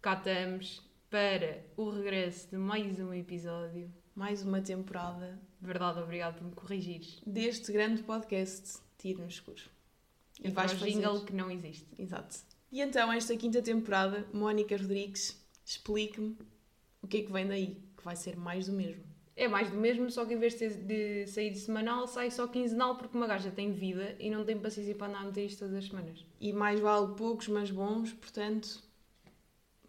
cá estamos para o regresso de mais um episódio. Mais uma temporada Verdade, obrigado por me corrigires. deste grande podcast Tiro no Escuro. E vais fazer é jingle que não existe. Exato. E então, esta quinta temporada, Mónica Rodrigues, explique-me o que é que vem daí, que vai ser mais do mesmo. É mais do mesmo, só que em vez de, ser- de sair semanal, sai só quinzenal, porque uma gaja tem vida e não tem paciência para andar a meter isto todas as semanas. E mais vale poucos, mas bons, portanto...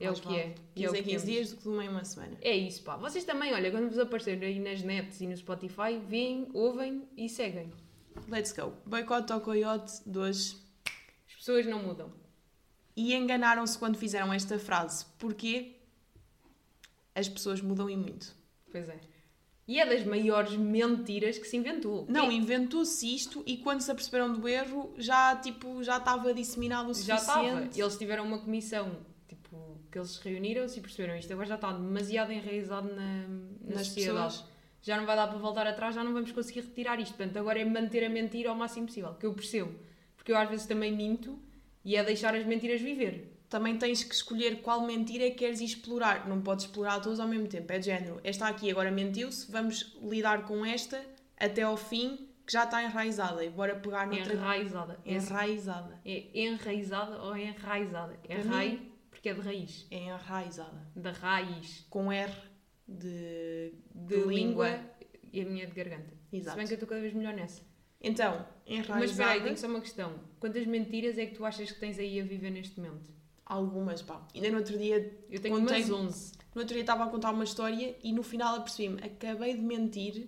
É mais o que vale é. E 15 é o em que 15 temos. dias do que de uma em uma semana. É isso, pá. Vocês também, olha, quando vos aparecerem aí nas nets e no Spotify, veem, ouvem e seguem. Let's go. Boicote ao coiote 2. As pessoas não mudam. E enganaram-se quando fizeram esta frase. Porquê? As pessoas mudam e muito. Pois é. E é das maiores mentiras que se inventou. Não, inventou-se isto e quando se aperceberam do erro, já tipo, já estava disseminado o já suficiente. estava. Eles tiveram uma comissão, tipo, que eles reuniram-se e perceberam isto. Agora já está demasiado enraizado na, na Nas sociedade. pessoas. Já não vai dar para voltar atrás, já não vamos conseguir retirar isto. Portanto, agora é manter a mentira ao máximo possível, que eu percebo. Porque eu às vezes também minto e é deixar as mentiras viver. Também tens que escolher qual mentira é que queres explorar. Não podes explorar todas ao mesmo tempo. É de género. Esta aqui agora mentiu-se, vamos lidar com esta até ao fim, que já está enraizada. E bora pegar noutra. Enraizada. Esse- Enraizada. É enraizada ou enraizada? É Para mim- rai, porque é de raiz. É enraizada. Da raiz. Com R de, De, língua. e a minha de garganta. Exato. Se bem que eu estou cada vez melhor nessa. Então, enraizada. Mas espera aí, tenho só uma questão. Quantas mentiras é que tu achas que tens aí a viver neste momento? Algumas, pá. Ainda no outro dia Eu tenho Contei- umas 11. No outro dia estava a contar uma história e no final apercebi-me, acabei de mentir E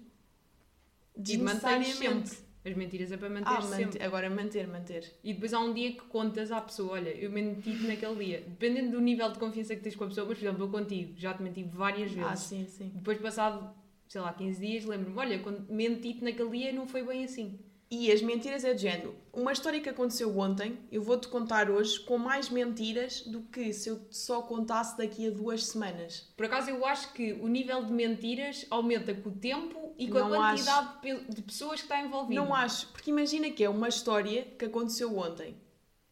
mantém desnecessariamente. sempre. As mentiras é para manter Ah, se manter- sempre. agora manter, manter. E depois há um dia que contas à pessoa, olha, eu menti-te naquele dia. Dependendo do nível de confiança que tens com a pessoa, mas por exemplo, eu contigo, já te menti várias vezes. Ah, sim, sim. Depois passado, sei lá, 15 dias, lembro-me, olha, quando menti-te naquele dia não foi bem assim. E as mentiras é de género. Uma história que aconteceu ontem, eu vou-te contar hoje com mais mentiras do que se eu te só contasse daqui a duas semanas. Por acaso eu acho que o nível de mentiras aumenta com o tempo e com Não a quantidade de pe- de pessoas que está envolvida. Não acho, porque imagina que é uma história que aconteceu ontem.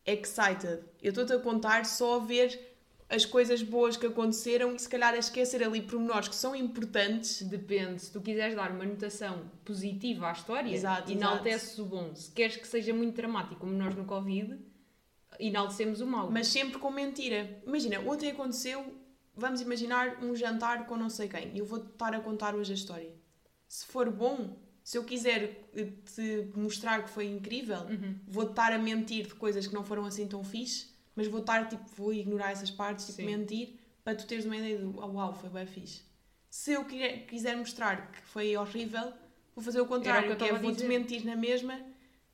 Excited. Eu estou-te a contar só a ver as coisas boas que aconteceram e se calhar a esquecer ali pormenores que são importantes Depende, se tu quiseres dar uma notação positiva à história, Exato, enalteces o bom. Se queres que seja muito dramático, como nós no Covid, enaltecemos o mau. mas sempre com mentira. Imagina, ontem aconteceu, vamos imaginar um jantar com não sei quem, e eu vou-te estar a contar hoje a história. Se for bom, se eu quiser eh, te mostrar que foi incrível, Uhum. vou-te estar a mentir de coisas que não foram assim tão fixe, mas vou estar, tipo, vou ignorar essas partes, tipo, Sim. mentir, para tu teres uma ideia do, oh, uau, foi bem fixe. Se eu quer- quiser mostrar que foi horrível, vou fazer o contrário, eu que é, estava a vou-te dizer. mentir na mesma,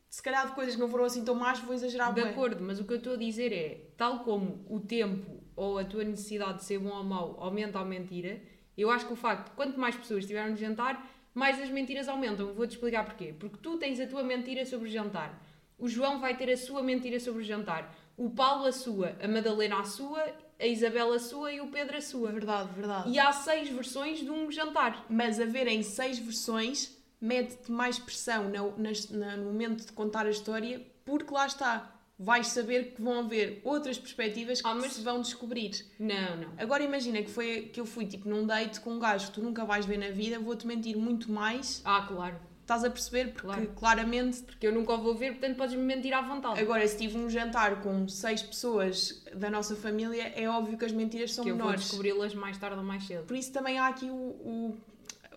se calhar de coisas que não foram assim tão más, vou exagerar De bué. acordo, mas o que eu estou a dizer é, tal como o tempo ou a tua necessidade de ser bom ou mau aumenta a mentira, eu acho que o facto de quanto mais pessoas estiveram no jantar, mais as mentiras aumentam. Vou-te explicar porquê. Porque tu tens a tua mentira sobre o jantar. O João vai ter a sua mentira sobre o jantar. O Paulo a sua, a Madalena a sua, a Isabela a sua e o Pedro a sua. Verdade, verdade. E há seis versões de um jantar. mas haverem seis versões mete-te mais pressão na- nas- na- no momento de contar a história, porque lá está, vais saber que vão haver outras perspectivas que Ah, mas- se vão descobrir. Não, não. Agora imagina que, foi, que eu fui tipo num date com um gajo que tu nunca vais ver na vida, vou-te mentir muito mais, Ah, claro. estás a perceber? Porque Claro. claramente. Porque eu nunca o vou ver, portanto podes-me mentir à vontade. Agora, se tive um jantar com seis pessoas da nossa família, é óbvio que as mentiras são que eu vou menores. descobri-las mais tarde ou mais cedo. Por isso também há aqui o, o,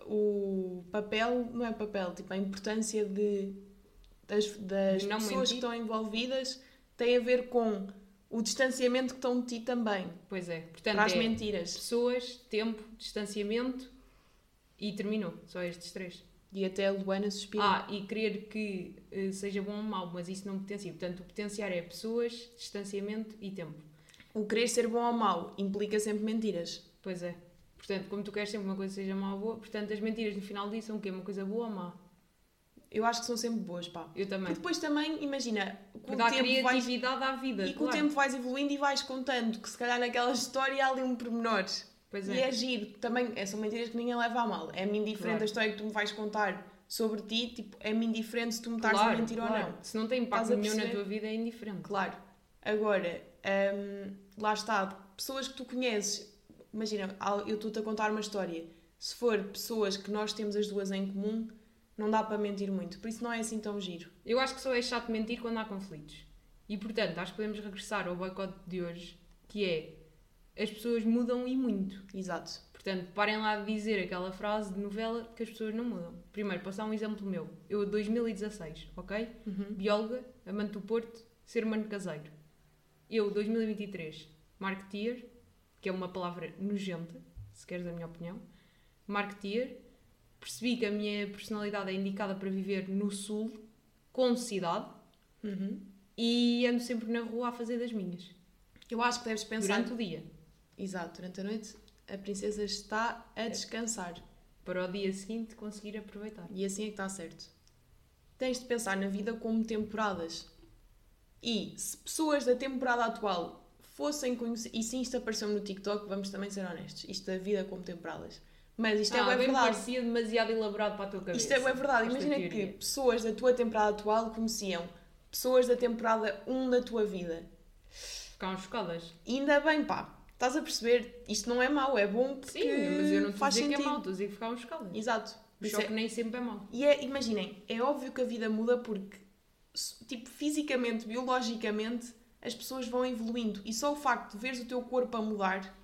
o papel, não é papel, tipo a importância de, das, das De não pessoas mentir. que estão envolvidas tem a ver com o distanciamento que estão de ti também, Pois é. Portanto, para as é mentiras. pessoas, tempo, distanciamento e terminou. Só estes três. E até a Luana suspira. Ah, e querer que eh, seja bom ou mau, mas isso não potencia. Portanto, o potenciar é pessoas, distanciamento e tempo. O querer ser bom ou mau implica sempre mentiras. Pois é. Portanto, como tu queres sempre uma coisa seja má ou boa, portanto, as mentiras no final disso são o quê? Uma coisa boa ou má? Eu acho que são sempre boas, pá. Eu também. Porque depois também, imagina, com o Dá tempo vais, e criatividade à vida. com o claro. tempo vais evoluindo e vais contando, que se calhar naquela história há ali um pormenor. Pois E é. é giro, também é, são mentiras que ninguém leva a mal. É-me indiferente Claro. a história que tu me vais contar sobre ti, tipo, é-me indiferente se tu me estás a mentir ou não. Se não tem Estás impacto a nenhum na perceber? tua vida, é indiferente. Claro. Agora, hum, lá está, pessoas que tu conheces, imagina, al- eu estou-te a contar uma história. Se for pessoas que nós temos as duas em comum, não dá para mentir muito. Por isso não é assim tão giro. Eu acho que só é chato mentir quando há conflitos. E portanto, acho que podemos regressar ao boicote de hoje, que é as pessoas mudam e muito. Exato. Portanto, parem lá de dizer aquela frase de novela que as pessoas não mudam. Primeiro, passar um exemplo meu. Eu, 2016, ok? Uhum. Bióloga, amante do Porto, ser humano caseiro. Eu, 2023, marketeer, que é uma palavra nojenta, se queres a minha opinião. Marketeer, percebi que a minha personalidade é indicada para viver no Sul, com cidade, Uhum. e ando sempre na rua a fazer das minhas. Eu acho que deves pensar. Durante o dia. Exato, durante a noite a princesa está É. a descansar. Para o dia seguinte conseguir aproveitar. E assim é que está certo. Tens de pensar na vida como temporadas. E se pessoas da temporada atual fossem conhecer. E se isto apareceu no TikTok, vamos também ser honestos. Isto da vida como temporadas. Mas isto é ah, bué bem verdade. parecia demasiado elaborado para a tua cabeça. Isto é bué verdade. Esta Imagina teoria. que pessoas da tua temporada atual conheciam pessoas da temporada 1 da tua vida. Ficavam chocadas. E ainda bem, pá. Estás a perceber? Isto não é mau, é bom porque Sim, mas eu não estou a faz dizer sentido. que é mau, estou a dizer que ficavam chocadas. Exato. O Isso é- choque nem sempre é mau. E é, imaginem, é óbvio que a vida muda porque, s- tipo, fisicamente, biologicamente, as pessoas vão evoluindo. E só o facto de veres o teu corpo a mudar,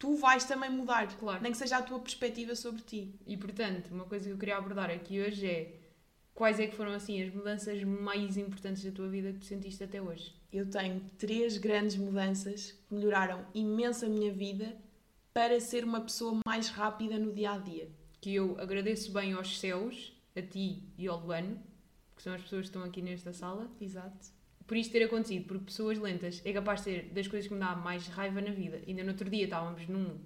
tu vais também mudar. Claro. Nem que seja a tua perspectiva sobre ti. E portanto, uma coisa que eu queria abordar aqui hoje é quais é que foram assim as mudanças mais importantes da tua vida que tu sentiste até hoje? Eu tenho três grandes mudanças que melhoraram imenso a minha vida para ser uma pessoa mais rápida no dia a dia. Que eu agradeço bem aos céus, a ti e ao Luano, que são as pessoas que estão aqui nesta sala, Exato. por isto ter acontecido, porque pessoas lentas é capaz de ser das coisas que me dá mais raiva na vida. Ainda no outro dia estávamos num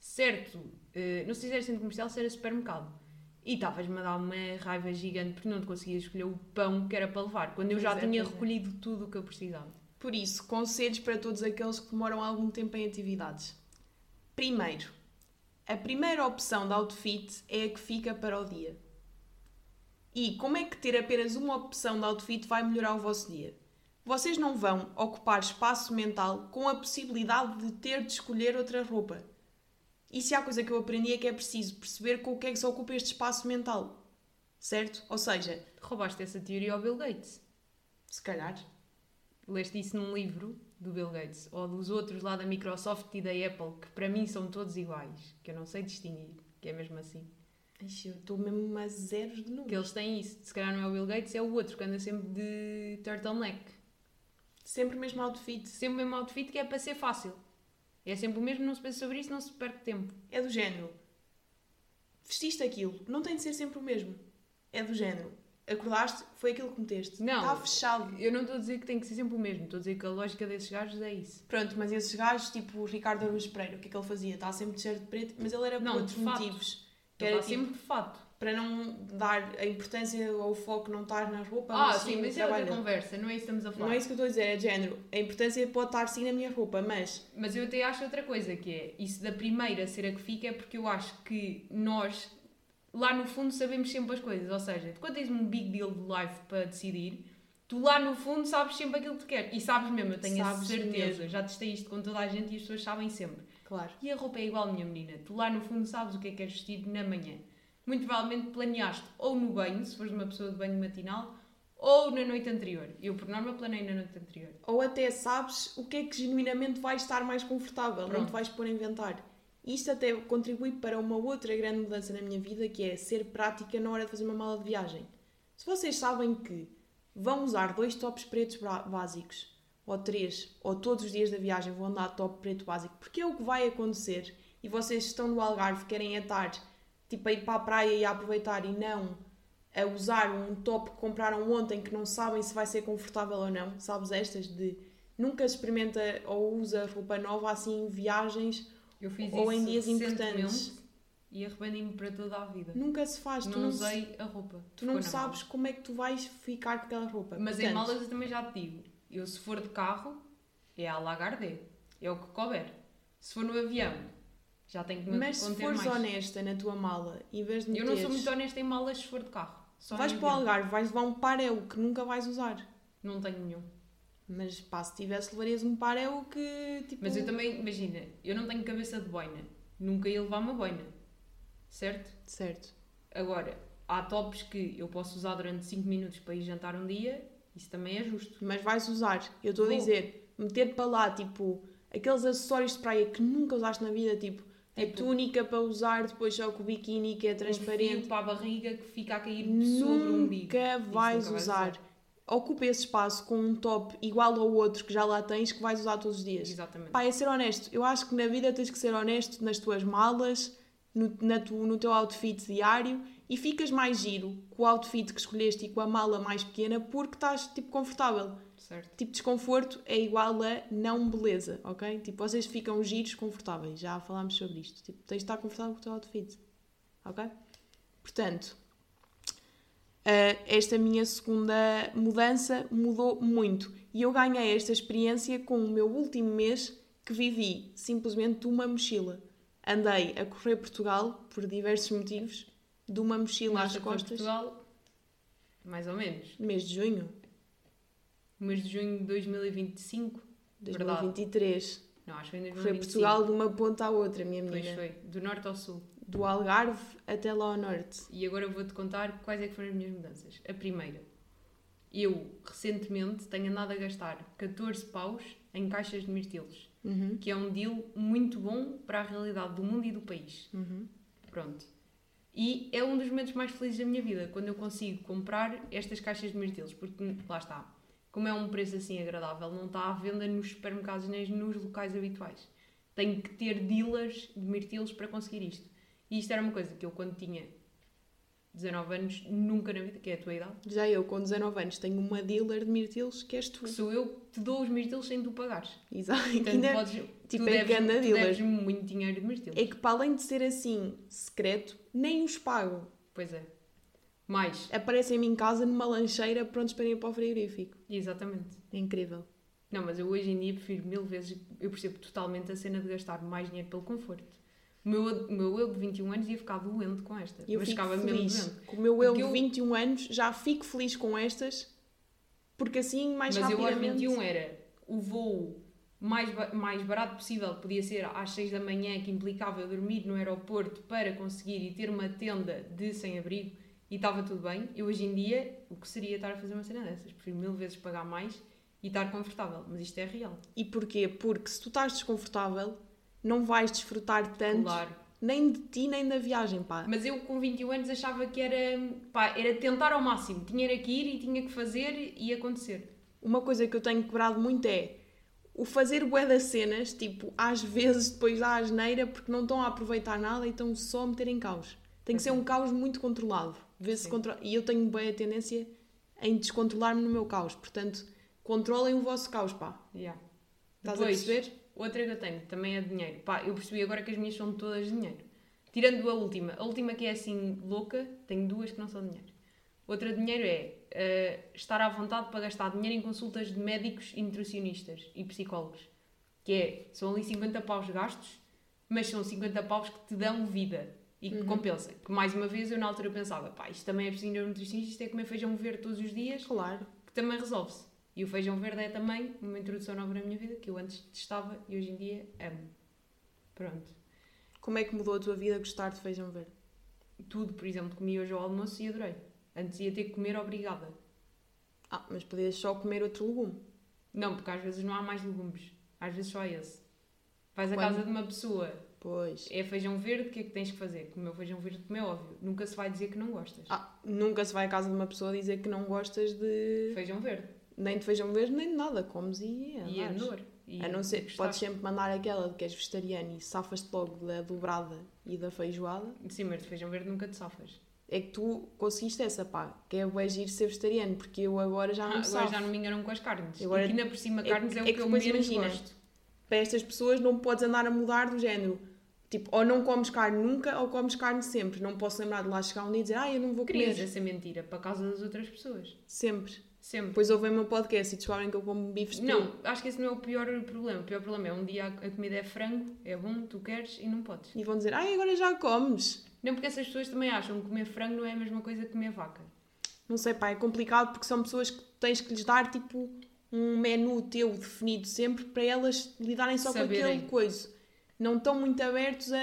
certo, eh, não sei se era centro comercial, se era supermercado. E estavas-me a dar uma raiva gigante porque não te conseguias escolher o pão que era para levar, quando eu Pois já é, tinha pois é. recolhido tudo o que eu precisava. Por isso, conselhos para todos aqueles que demoram algum tempo em atividades. Primeiro, a primeira opção de outfit é a que fica para o dia. E como é que ter apenas uma opção de outfit vai melhorar o vosso dia? Vocês não vão ocupar espaço mental com a possibilidade de ter de escolher outra roupa. E se há coisa que eu aprendi é que é preciso perceber com o que é que se ocupa este espaço mental. Certo? Ou seja, Roubaste essa teoria ao Bill Gates. se calhar, Leste isso num livro do Bill Gates ou dos outros lá da Microsoft e da Apple, que para mim são todos iguais, que eu não sei distinguir, que é mesmo assim. Ixi, eu estou mesmo a zeros de número. Que eles têm isso. Se calhar não é o Bill Gates, é o outro que anda sempre de turtleneck. Sempre o mesmo outfit. sempre o mesmo outfit que é para ser fácil. É sempre o mesmo, não se pensa sobre isso, não se perde tempo. É do género. Vestiste aquilo. Não tem de ser sempre o mesmo. É do género. Acordaste, foi aquilo que meteste. Não. Está fechado. Eu não estou a dizer que tem que ser sempre o mesmo, estou a dizer que a lógica desses gajos é isso. Pronto, mas esses gajos, tipo o Ricardo Aruz Pereira, o que é que ele fazia? Estava sempre de shirt preto, mas ele era por Não, outros de fato. motivos. Que Ele era está tipo, sempre de fato. para não dar a importância ou o foco não estar na roupa, Ah, mas sim, no mas isso é trabalho outra dele. conversa, não é isso que estamos a falar. Não é isso que eu estou a dizer, é de género. A importância pode estar sim na minha roupa, mas Mas eu até acho outra coisa, que é isso da primeira ser a que fica, é porque eu acho que nós, lá no fundo, sabemos sempre as coisas. Ou seja, tu quando tens um big deal de life para decidir, tu lá no fundo sabes sempre aquilo que tu queres. E sabes mesmo, eu tenho a Sabes certeza. mesmo. Já testei isto com toda a gente e as pessoas sabem sempre. claro. E a roupa é igual, minha menina. Tu lá no fundo sabes o que é que queres vestir na manhã. Muito provavelmente planeaste ou no banho, se fores uma pessoa de banho matinal, ou na noite anterior. Eu, por norma, planei na noite anterior. ou até sabes o que é que genuinamente vai estar mais confortável, não Pronto. te vais pôr a inventar. Isto até contribui para uma outra grande mudança na minha vida, que é ser prática na hora de fazer uma mala de viagem. Se vocês sabem que vão usar dois tops pretos bra- básicos, ou três, ou todos os dias da viagem vão andar de top preto básico, porque é o que vai acontecer, e vocês estão no Algarve, querem é estar, tipo, a ir para a praia e a aproveitar, e não a usar um top que compraram ontem que não sabem se vai ser confortável ou não, sabes estas de nunca experimenta ou usa roupa nova assim em viagens, Eu fiz Ou isso em dias recentemente importantes. E arrependi-me para toda a vida. nunca se faz, tu não não, usei a roupa. tu Ficou não na sabes como é que tu vais ficar com aquela roupa. mala. Mas em Portanto, malas eu também já te digo. Eu, se for de carro, é a lagarde. É o que couber. Se for no avião, já tenho que me mas se conter fores mais. honesta na tua mala, em vez de eu meteres, não sou muito honesta em malas se for de carro. Só vais no para o avião. Algarve, vais levar um parel que nunca vais usar. Não tenho nenhum. Mas pá, se tivesse, levarias um par é o que tipo. Mas eu também, imagina, eu não tenho cabeça de boina. Nunca ia levar uma boina. Certo? Certo. Agora, há tops que eu posso usar durante 5 minutos para ir jantar um dia, isso também é justo. Mas vais usar. Eu estou a Vou. dizer, meter para lá, tipo, aqueles acessórios de praia que nunca usaste na vida, tipo, a Tipo- túnica para usar, depois só com o biquíni que é Um transparente. fio para a barriga que fica a cair sobre o umbigo. Nunca Isso vais nunca vais usar. Ocupa esse espaço com um top igual ao outro que já lá tens, que vais usar todos os dias. Exatamente. Pá, é ser honesto. Eu acho que na vida tens que ser honesto nas tuas malas, no, na tu, no teu outfit diário e ficas mais giro com o outfit que escolheste e com a mala mais pequena porque estás, tipo, confortável. Certo. Tipo, desconforto é igual a não beleza, ok? Tipo, vocês ficam giros, confortáveis. Já falámos sobre isto. Tipo, tens de estar confortável com o teu outfit, ok? Portanto, eh, esta minha segunda mudança mudou muito. E eu ganhei esta experiência com o meu último mês que vivi simplesmente de uma mochila. Andei a correr Portugal por diversos motivos, de uma mochila às Nós fomos a costas. Portugal, mais ou menos. Mês de junho No mês de junho de 2025. de Verdade. 2023. Não, acho que foi em Foi 2025. Portugal de uma ponta à outra, minha um Pois menina. foi. Do norte ao sul. Do Algarve até lá ao norte. E agora eu vou-te contar quais é que foram as minhas mudanças. A primeira. Eu, recentemente, tenho andado a gastar 14 paus em caixas de mirtilos. Que é um deal muito bom para a realidade do mundo e do país. Pronto. E é um dos momentos mais felizes da minha vida, quando eu consigo comprar estas caixas de mirtilos, porque lá está. Como é um preço assim agradável, não está à venda nos supermercados nem nos locais habituais. Tenho que ter dealers de mirtilos para conseguir isto. E isto era uma coisa que eu, quando tinha 19 anos, nunca na vida, que é a tua idade, Já eu, com 19 anos, tenho uma dealer de mirtilos que és tu. que sou eu que te dou os mirtilos sem tu pagares. Exato. Portanto, Ainda- podes, tipo, tu é deves, ganda tu dealer. deves muito dinheiro de mirtilos. É que para além de ser assim secreto, nem os pago. Pois é. Mais, Aparecem-me em casa numa lancheira prontos para ir para o frigorífico. exatamente. É incrível. Não, mas eu hoje em dia prefiro mil vezes, eu percebo totalmente a cena de gastar mais dinheiro pelo conforto. O meu, o meu eu de 21 anos ia ficar doente com esta. E eu mas fico ficava mesmo feliz. doente. Com o meu eu Porque de eu- 21 anos, já fico feliz com estas, porque assim mais Mas eu aos rapidamente... 21 era o voo mais, ba- mais barato possível, que podia ser às 6 da manhã, que implicava eu dormir no aeroporto para conseguir e ter uma tenda de sem-abrigo e estava tudo bem. Eu hoje em dia, o que seria estar a fazer uma cena dessas? Prefiro mil vezes pagar mais e estar confortável. Mas isto é real. E porquê? Porque se tu estás desconfortável, não vais desfrutar tanto Claro. nem de ti nem da viagem, pá. Mas eu com 21 anos achava que era, pá, era tentar ao máximo. Tinha era que ir e tinha que fazer e acontecer. Uma coisa que eu tenho quebrado muito é o fazer bué das cenas, tipo, às vezes depois dá asneira porque não estão a aproveitar nada e estão só a meter em caos. Tem que ser um caos muito controlado. Vê -se Uhum. Sim. contro... E eu tenho bem a tendência em descontrolar-me no meu caos. Portanto, controlem o vosso caos, pá. Yeah. Estás a Depois, perceber? outra que eu tenho também é dinheiro. Pá, eu percebi agora que as minhas são todas de dinheiro. Tirando a última. A última que é assim louca, tenho duas que não são de dinheiro. Outra de dinheiro é eh, estar à vontade para gastar dinheiro em consultas de médicos e nutricionistas e psicólogos. Que é, são ali 50 paus gastos, mas são 50 paus que te dão vida e Uhum. que compensa. Que mais uma vez eu na altura pensava, pá, isto também é preciso ir ao nutricionista, isto é comer feijão verde todos os dias Claro. que também resolve-se. E o feijão verde é também uma introdução nova na minha vida que eu antes testava e hoje em dia amo. Pronto. Como é que mudou a tua vida gostar de feijão verde? Tudo, por exemplo, comi hoje ao almoço e adorei. Antes ia ter que comer obrigada. Ah, mas podias só comer outro legume. Não, porque às vezes não há mais legumes. Às vezes só há esse. Vais à Quando- casa de uma pessoa, Pois. é feijão verde, o que é que tens que fazer? Comer o feijão verde, como é óbvio. Nunca se vai dizer que não gostas. Ah, nunca se vai à casa de uma pessoa dizer que não gostas de Feijão verde. nem de feijão verde nem de nada, comes e E é andares. dor. E A não ser, gostar. podes sempre mandar aquela de que és vegetariano e safas-te logo da dobrada e da feijoada. Sim, mas de feijão verde nunca te safas. É que tu conseguiste essa, pá. Que é o agir ser vegetariano, porque eu agora já Ah, não agora safo. já não me engano com as carnes. Agora- e que ainda por cima é que- carnes é, é o que que, eu depois menos imagina. gosto. Para estas pessoas não podes andar a mudar do género. Tipo, ou não comes carne nunca ou comes carne sempre. Não posso lembrar de lá chegar um dia e dizer, ah, eu não vou comer Crias essa mentira para causa das outras pessoas. sempre. Sempre. Depois ouvem o meu podcast e descobrem que eu como bifes de peru. Não, acho que esse não é o pior problema. O pior problema é um dia a comida é frango, é bom, tu queres e não podes. E vão dizer, ai, agora já comes. Não porque essas pessoas também acham que comer frango não é a mesma coisa que comer vaca. Não sei, pá, é complicado porque são pessoas que tens que lhes dar tipo um menu teu definido sempre para elas lidarem só com Saberem. aquele coisa. Não estão muito abertos a,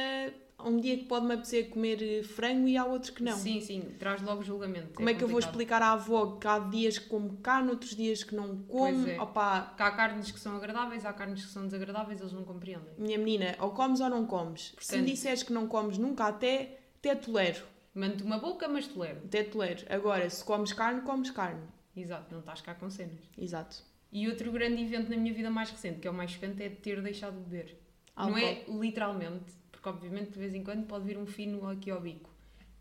a um dia que pode-me apetecer comer eh, frango e há outro que não. Sim, sim, traz logo julgamento. Como é, que eu vou complicado. explicar à avó que há dias que como carne, outros dias que não como? Pois é. Opá, Porque há carnes que são agradáveis, há carnes que são desagradáveis, eles não compreendem. minha menina, ou comes ou não comes. Se me Portanto- disseres que não comes nunca, até, até tolero. Mando-te uma boca, mas tolero. Até tolero. Agora, se comes carne, comes carne. Exato, não estás cá com cenas. Exato. E outro grande evento na minha vida mais recente, que é o mais chocante, é ter deixado de beber. Álcool. Não é literalmente, porque obviamente de vez em quando pode vir um fino aqui ao bico.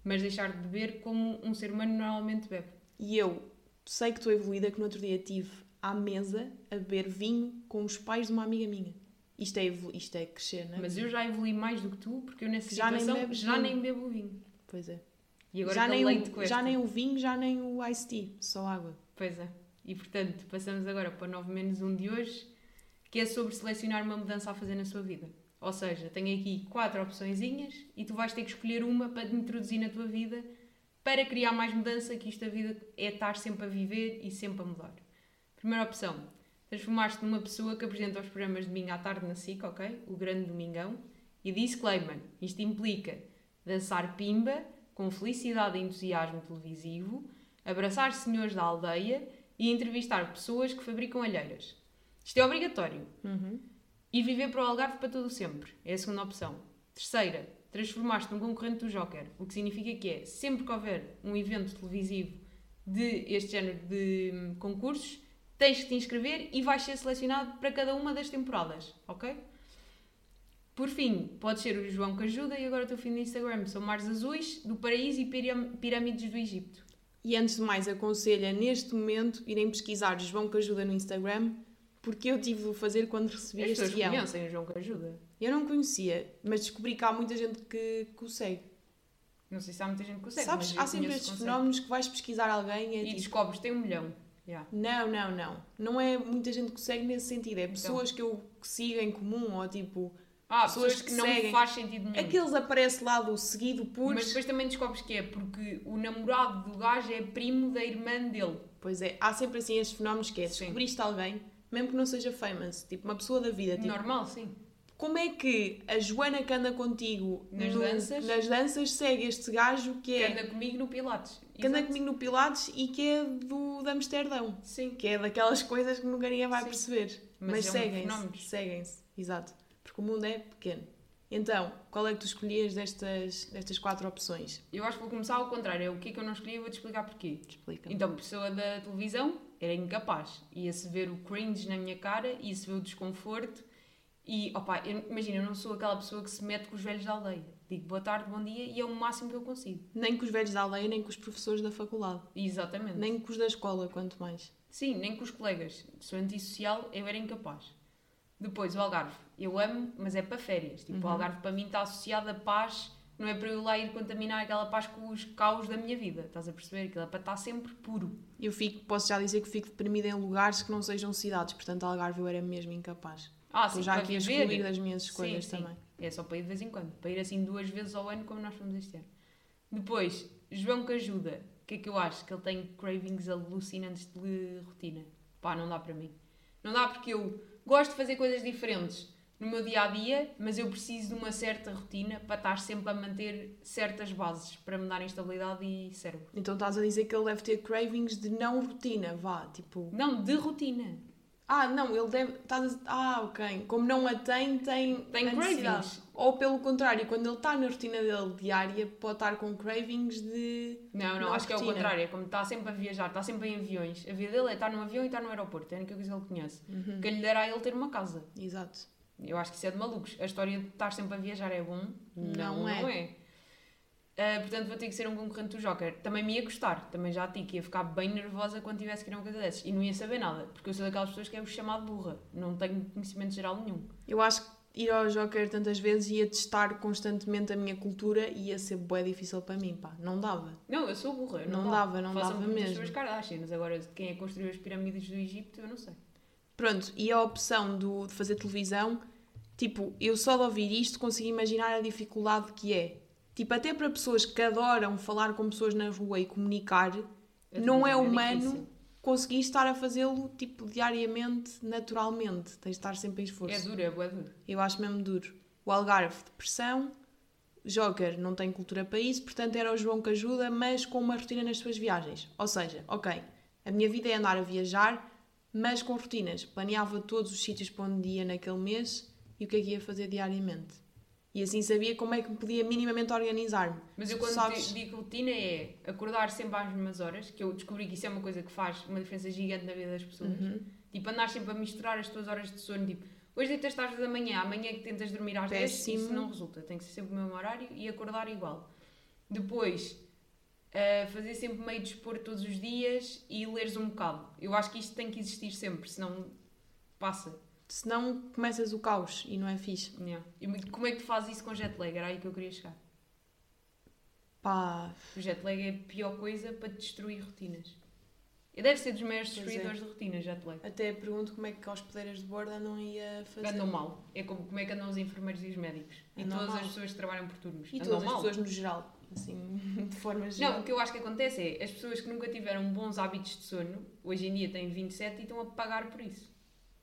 Mas deixar de beber como um ser humano normalmente bebe. E eu sei que estou evoluída, que no outro dia estive à mesa a beber vinho com os pais de uma amiga minha. Isto é, evolu- isto é crescer, não é? Mas eu já evolui mais do que tu, porque eu nessa Já nem situação bebes já vinho. nem bebo vinho. Pois é. E agora Já aquele nem, leite com o, já esta. nem o vinho, já nem o iced tea, só água. Pois é. E portanto, passamos agora para 9 menos 1 de hoje, que é sobre selecionar uma mudança a fazer na sua vida. Ou seja, tenho aqui quatro opçõezinhas e tu vais ter que escolher uma para te introduzir na tua vida para criar mais mudança, que isto da vida é estar sempre a viver e sempre a mudar. Primeira opção, transformaste-te numa pessoa que apresenta os programas de domingo à tarde na SIC, ok? O grande domingão. E disclaimer, isto implica dançar pimba com felicidade e entusiasmo televisivo, abraçar senhores da aldeia e entrevistar pessoas que fabricam alheiras. Isto é obrigatório. E viver para o Algarve para todo o sempre. É a segunda opção. Terceira, transformaste num concorrente do Joker. O que significa que é, sempre que houver um evento televisivo de este género de hum, concursos, tens que te inscrever e vais ser selecionado para cada uma das temporadas, ok? Por fim, pode ser o João que ajuda e agora o teu fim no Instagram. São Mares Azuis, do Paraíso e Piram- Pirâmides do Egito. E antes de mais, aconselho neste momento irem pesquisar João que ajuda no Instagram, porque eu tive de o fazer quando recebi As este pessoas guião. conhecem o João que ajuda. Eu não conhecia, mas descobri que há muita gente que, que o segue. Não sei se há muita gente que consegue. Sabes, mas eu há sempre conheço estes que consegue. fenómenos que vais pesquisar alguém e é E tipo, descobres, tem um milhão. Yeah. Não, não, não. Não é muita gente que segue nesse sentido. É Então. pessoas que eu que sigo em comum ou tipo. Ah, Pessoas pessoas, que que, não seguem. é faz sentido nenhum. Aqueles aparece lá do seguido por. Hum. Mas depois também descobres que é porque o namorado do gajo é primo da irmã dele. Pois é, há sempre assim estes fenómenos que é Sim. descobriste alguém, mesmo que não seja famous, tipo uma pessoa da vida. Tipo, Normal, sim. como é que a Joana que anda contigo Nas danças? nas danças segue este gajo que Que é. anda comigo no Pilates. que anda Exato. comigo no Pilates e que é do, de Amsterdão. Sim. Que é daquelas coisas que nunca ninguém vai Sim. perceber. Mas, Mas é um fenómeno. seguem-se. Seguem-se, exato. Porque o mundo é pequeno. Então, qual é que tu escolhias destas, destas quatro opções? Eu acho que vou começar ao contrário. É o que é que eu não escolhi e vou-te explicar porquê. Explica. Então, pessoa da televisão era incapaz. Ia-se ver o cringe na minha cara, ia-se ver o desconforto. E, opá, eu- imagina, eu não sou aquela pessoa que se mete com os velhos da aldeia. Digo boa tarde, bom dia e é o máximo que eu consigo. Nem com os velhos da aldeia, nem com os professores da faculdade. Exatamente. Nem com os da escola, quanto mais. Sim, nem com os colegas. Sou antissocial, eu era incapaz. Depois, o Algarve. Eu amo, mas é para férias. Tipo, Uhum. o Algarve para mim está associado à paz, não é para eu lá ir contaminar aquela paz com os caos da minha vida. Estás a perceber? Aquilo é para estar sempre puro. Eu fico, posso já dizer que fico deprimida em lugares que não sejam cidades. Portanto, Algarve eu era mesmo incapaz. Ah, Estou sim, já para aqui a viver. excluir das minhas Sim, escolhas sim. também. É só para ir de vez em quando. Para ir assim duas vezes ao ano, como nós fomos este ano. Depois, João que ajuda. O que é que eu acho? Que ele tem cravings alucinantes de rotina. Pá, não dá para mim. Não dá porque eu gosto de fazer coisas diferentes no meu dia a dia, mas eu preciso de uma certa rotina para estar sempre a manter certas bases para me dar estabilidade e cérebro. Então estás a dizer que ele deve ter cravings de não rotina, vá. Tipo, Não, de rotina. Ah, não, ele deve. Tá, ah, ok. Como não a tem, tem. Tem a necessidade. cravings. Ou pelo contrário, quando ele está na rotina dele diária, pode estar com cravings de. Não, não, Não acho que é o rotina. contrário. É como está sempre a viajar, está sempre em aviões. A vida dele é estar num avião e estar no aeroporto. É a única coisa que ele conhece. Uhum. O Que lhe dará é ele ter uma casa. Exato. Eu acho que isso é de malucos. A história de estar sempre a viajar é bom? Não Não, não é. é. Ah, portanto, vou ter que ser um concorrente do Joker. Também me ia gostar, também já a ti, que ia ficar bem nervosa quando tivesse que ir a uma coisa dessas. E não ia saber nada, porque eu sou daquelas pessoas que é o chamado burra. Não tenho conhecimento geral nenhum. Eu acho que ir ao Joker tantas vezes ia testar constantemente a minha cultura e ia ser bué difícil para mim, pá. Não dava. Não, eu sou burra. eu Não dá. dava, não Façam dava como as mesmo. pessoas Kardashians. Agora, quem é que construiu as pirâmides do Egito, eu não sei. Pronto, e a opção do, de fazer televisão, tipo, eu só de ouvir isto consigo imaginar a dificuldade que é. Tipo, até para pessoas que adoram falar com pessoas na rua e comunicar, A não é televisão é humano difícil. conseguir estar a fazê-lo tipo diariamente, naturalmente. Tens de estar sempre em esforço. É duro, é bué duro. Eu acho mesmo duro. O Algarve, depressão. Joker não tem cultura para isso, portanto era o João que ajuda, mas com uma rotina nas suas viagens. Ou seja, ok, a minha vida é andar a viajar, mas com rotinas. Planeava todos os sítios para onde ia naquele mês e o que é que ia fazer diariamente. E assim sabia como é que podia minimamente organizar-me. Mas eu Tu quando sabes- te digo rotina é acordar sempre às mesmas horas, que eu descobri que isso é uma coisa que faz uma diferença gigante na vida das pessoas. Uhum. Tipo, andar sempre a misturar as tuas horas de sono, tipo, hoje deitas às 10 da manhã, amanhã é que tentas dormir às 10, isso Péssimo. não resulta, tem que ser sempre o mesmo horário e acordar igual. Depois, ah, fazer sempre meio desporto todos os dias e leres um bocado. Eu acho que isto tem que existir sempre, senão passa. Senão começas o caos e não é fixe. Yeah. E como é que tu fazes isso com jet lag? Era aí que eu queria chegar. Pá, O jet lag é a pior coisa para destruir rotinas. E deve ser dos maiores Pois é. destruidores de rotinas, jet lag. até pergunto como é que as hospedeiras de bordo andam ia fazer. Andam mal. É como, como é que andam os enfermeiros e os médicos. E Andam todas mal. as pessoas que trabalham por turnos. É E andam todas as mal. pessoas no geral, assim, de forma geral. É Não, o que eu acho que acontece é as pessoas que nunca tiveram bons hábitos de sono, hoje em dia têm 27 e estão a pagar por isso.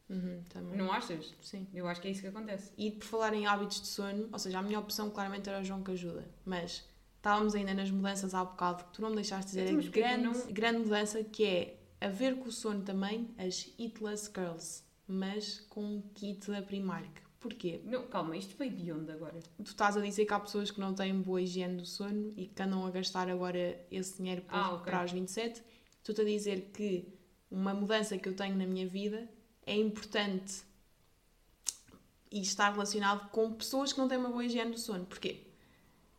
Uhum, também. Não achas? Sim. Eu acho que é isso que acontece. E por falar em hábitos de sono, ou seja, a minha opção claramente era o João que ajuda, mas estávamos ainda nas mudanças há bocado, que tu não me deixaste dizer, Então, a mas porquê que grande, não- grande mudança que é a ver com o sono também as Eatless Girls, mas com um kit da Primark. Porquê? Não, calma, isto veio de onde agora? Tu estás a dizer que há pessoas que não têm boa higiene do sono e que andam a gastar agora esse dinheiro para Ah, ok. recuperar os 27. Tu-te a dizer que uma mudança que eu tenho na minha vida é importante e está relacionado com pessoas que não têm uma boa higiene do sono. Porquê?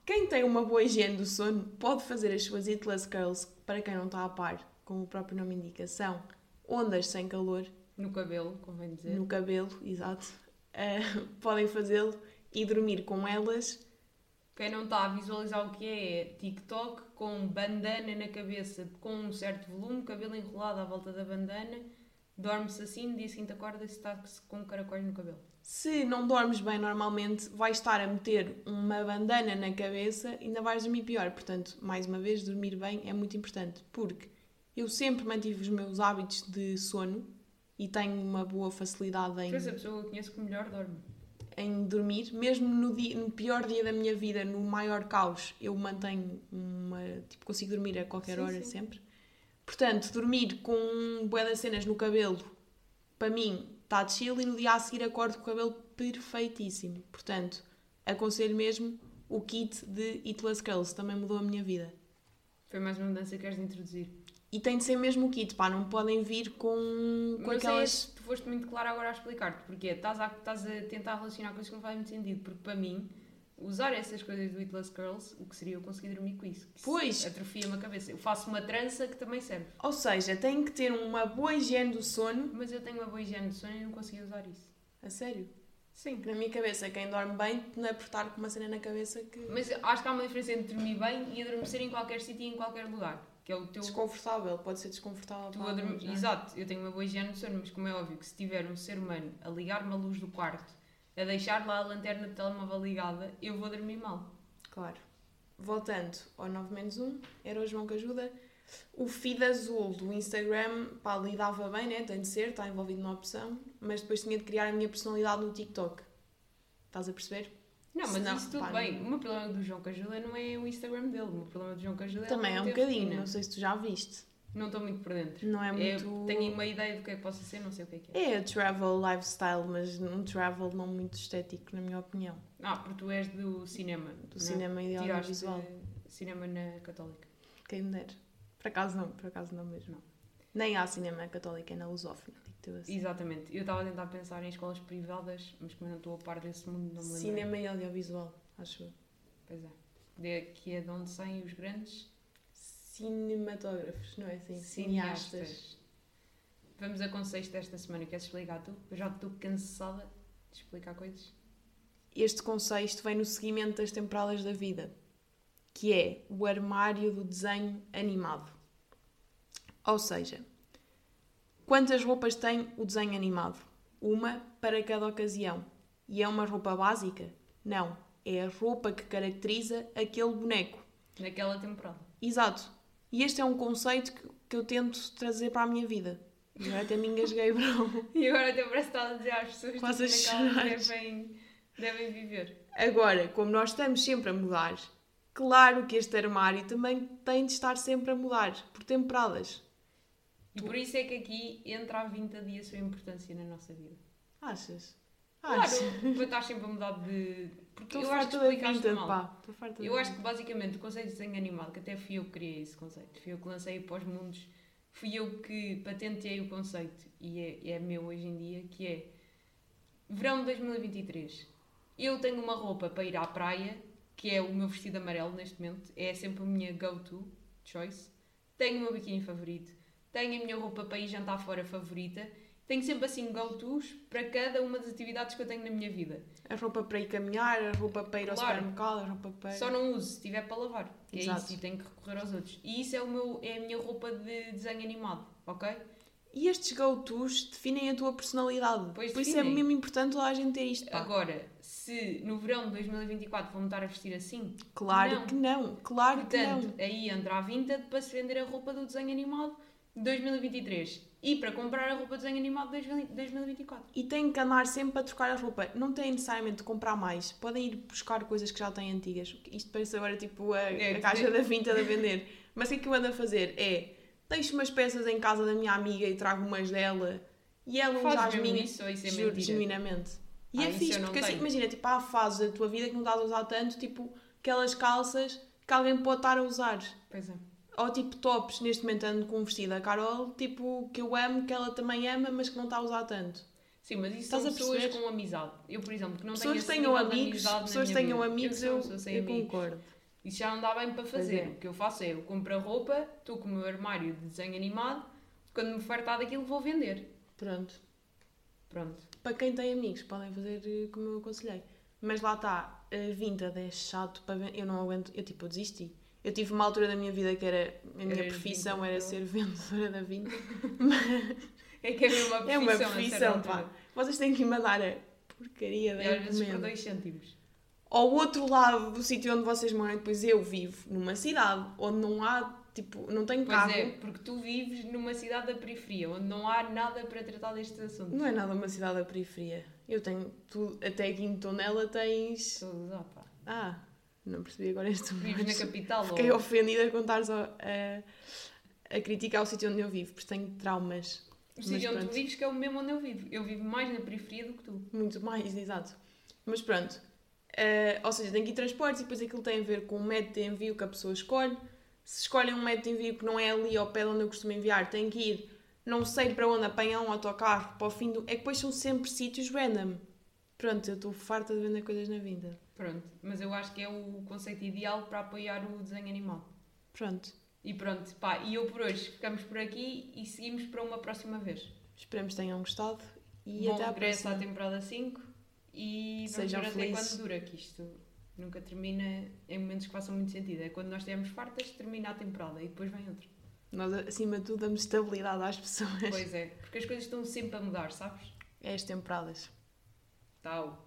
Quem tem uma boa higiene do sono pode fazer as suas Itless Curls, para quem não está a par, como o próprio nome indica, são ondas sem calor No cabelo, convém dizer. no cabelo, exato. Ah, podem fazê-lo e dormir com elas Quem não está a visualizar o que é, é TikTok com bandana na cabeça, com um certo volume, cabelo enrolado à volta da bandana, dorme-se assim, no dia seguinte acorda-se e está com um caracóis no cabelo. Se não dormes bem normalmente, vais estar a meter uma bandana na cabeça e ainda vais dormir pior. Portanto, mais uma vez, dormir bem é muito importante, porque eu sempre mantive os meus hábitos de sono e tenho uma boa facilidade Tu és a em, pessoa que eu conheço que melhor dorme. em dormir. Mesmo no, dia- no pior dia da minha vida, no maior caos, eu mantenho uma. Tipo, consigo dormir a qualquer Sim, hora, sim. sempre. Portanto, dormir com um bué de cenas no cabelo, para mim, está de chill e no dia a seguir acordo com o cabelo perfeitíssimo. Portanto, aconselho mesmo o kit de Itless Curls, também mudou a minha vida. Foi mais uma mudança que queres introduzir. E tem de ser mesmo o kit, pá, não podem vir com, com Não sei aquelas. se tu foste muito clara agora a explicar-te, porque é, estás a, estás a tentar relacionar coisas que não fazem muito sentido, porque para mim, usar essas coisas do Itless Curls, o que seria eu conseguir dormir com isso? Que isso Pois. Atrofia-me a cabeça. Eu faço uma trança que também serve, Ou seja, tem que ter uma boa higiene do sono. mas eu tenho uma boa higiene de sonho e não consegui usar isso. A sério? Sim. Na minha cabeça, quem dorme bem não é por estar com uma cena na cabeça que. Mas acho que há uma diferença entre dormir bem e adormecer em qualquer sítio e em qualquer lugar. Que é o teu. Desconfortável, pode ser desconfortável. Tu para adorme- alguns, não é? Exato, eu tenho uma boa higiene de sono, mas como é óbvio que se tiver um ser humano a ligar-me a luz do quarto, a deixar lá a lanterna do telemóvel ligada, eu vou dormir mal. Claro. Voltando ao 9 menos 1, era o João que ajuda. O feed azul do Instagram, pá, lidava bem, né? Tem de ser, está envolvido numa opção. Mas depois tinha de criar a minha personalidade no TikTok. Estás a perceber? Não, mas Se não, isso tudo pá, bem. O meu problema do João Cajula não é o Instagram dele. O meu problema do João Cajula Também ele é um não ter bocadinho, rotina. não sei se tu já viste. Não estou muito por dentro. Não é É, muito. Tenho uma ideia do que é que possa ser, não sei o que é que é. É travel lifestyle, mas um travel não muito estético, na minha opinião. Ah, porque tu és do cinema. é? Do cinema e de Tiraste audiovisual. cinema na Católica. Quem me der. Por acaso não, por acaso não mesmo. Não. Nem há cinema católica, é na lusófona. digo-te assim. Exatamente. Eu estava a tentar pensar em escolas privadas, mas como eu não estou a par desse mundo, não me lembro. Cinema e audiovisual, acho eu. Pois é. De que é de onde saem os grandes Cinematógrafos, não é assim? cineastas. Cineastas. Vamos a conceito desta semana. Queres explicar tu? Eu já estou cansada de explicar coisas. Este conceito vem no seguimento das temporadas da vida, que é o armário do desenho animado. Ou seja, quantas roupas tem o desenho animado? Uma para cada ocasião. E é uma roupa básica? Não, é a roupa que caracteriza aquele boneco. Naquela temporada. Exato. E este é um conceito que que eu tento trazer para a minha vida. E agora até me engasguei, bro. E agora até parece que estás a dizer às pessoas Quase a tipo, naquela que chorar. devem, devem viver. Agora, como nós estamos sempre a mudar, claro que este armário também tem de estar sempre a mudar, por temporadas. E por isso é que aqui entra a vintadia a sua importância na nossa vida. Achas? Claro, Achas? para estar sempre a mudar de. Porque Estou eu acho que farta da explicaste pinta, mal. pá. Estou farta Eu da acho que basicamente o conceito de desenho animado, que até fui eu que criei esse conceito, fui eu que lancei para os mundos, fui eu que patenteei o conceito e é, é meu hoje em dia, que é verão de 2023. Eu tenho uma roupa para ir à praia, que é o meu vestido amarelo neste momento, é sempre a minha go-to choice. Tenho o meu biquíni favorito, tenho a minha roupa para ir jantar fora favorita. Tenho sempre assim go-tos para cada uma das atividades que eu tenho na minha vida. A roupa para ir caminhar, a roupa para ir ao Claro. supermercado, a roupa para. Só não uso se tiver para lavar. Que é Exato. isso, e tenho que recorrer aos outros. E isso é, o meu, é a minha roupa de desenho animado, ok? E estes go-tos definem a tua personalidade. Pois Por isso é definem. Ah, mesmo importante toda a gente ter isto. Pá. Agora, se no verão de 2024 vou-me estar a vestir assim, claro não. que não, claro Ah, que portanto, não. aí entra a vintage para se vender a roupa do desenho animado de 2023 e para comprar a roupa do desenho animado de 20- 2024. E têm que andar sempre a trocar a roupa. Não têm necessariamente de comprar mais. Podem ir buscar coisas que já têm antigas. Isto parece agora tipo a, É, a caixa da vinta a vender. Mas o que é que eu ando a fazer? É deixo umas peças em casa da minha amiga e trago umas dela e ela usa Faz as mesmo minhas. isso ou isso é Juro, mentira? genuinamente. E Ah, é isso fixe, eu não porque assim, tenho. imagina, tipo, há fases da tua vida que não estás a usar tanto, tipo, aquelas calças que alguém pode estar a usar. Pois é. Ou tipo, tops, neste momento ando com um vestido da Carol, tipo, que eu amo, que ela também ama, mas que não está a usar tanto. Sim, mas isso Estás são a pessoas perceber? com amizade. Eu, por exemplo, que não pessoas que tenho esse tenham nível de amigos, amizade na pessoas que minha tenham vida. amigos, sou eu, uma pessoa sem eu amigos. concordo. Isso já não dá bem para fazer. Pois é. O que eu faço é, eu compro a roupa, estou com o meu armário de desenho animado, quando me fartar daquilo vou vender. Pronto. Pronto. Para quem tem amigos, podem fazer eh, como eu aconselhei. Mas lá está, a vintage é chato para ven- Eu não aguento, eu tipo, eu desisti. Eu tive uma altura da minha vida que era. A minha Eras profissão vintage, era não? ser vendedora da vintage. É que é mesmo uma É profissão. uma a certa profissão, pá. altura. Vocês têm que me mandar a porcaria E da às vezes por encomenda. dois cêntimos. Ao outro lado do sítio onde vocês moram, e depois eu vivo numa cidade onde não há, tipo, não tenho Pois carro. é, porque tu vives numa cidade da periferia, onde não há nada para tratar destes assuntos. Não é nada uma cidade da periferia. Eu tenho tudo, até aqui em Tonela tens. Estou a usar, pá. Ah, não percebi agora este Vives na mas capital Fiquei ou... ofendida com estares a, a, a criticar o sítio onde eu vivo, porque tenho traumas. O sítio onde tu pronto. vives que é o mesmo onde eu vivo. Eu vivo mais na periferia do que tu. Muito mais, exato. Mas pronto. Eh, ou seja, tem que ir transportes e depois aquilo tem a ver com o método de envio que a pessoa escolhe. Se escolhem um método de envio que não é ali ao pé de onde eu costumo enviar, tem que ir não sei para onde apanhar um autocarro para o fim do. É que depois são sempre sítios random. Pronto, eu estou farta de vender coisas na vinda. Pronto. Mas eu acho que é o conceito ideal para apoiar o desenho animal. Pronto, E pronto, pá, e eu por hoje ficamos por aqui e seguimos para uma próxima vez. esperemos que tenham gostado e Bom até à regresso próxima. à temporada 5 e vamos Sejam ver até felizes. quando dura, que isto nunca termina em momentos que façam muito sentido. É quando nós tivermos fartas, termina a temporada e depois vem outra. Nós, acima de tudo, damos estabilidade às pessoas. Pois é, porque as coisas estão sempre a mudar, sabes? É as temporadas. Tal.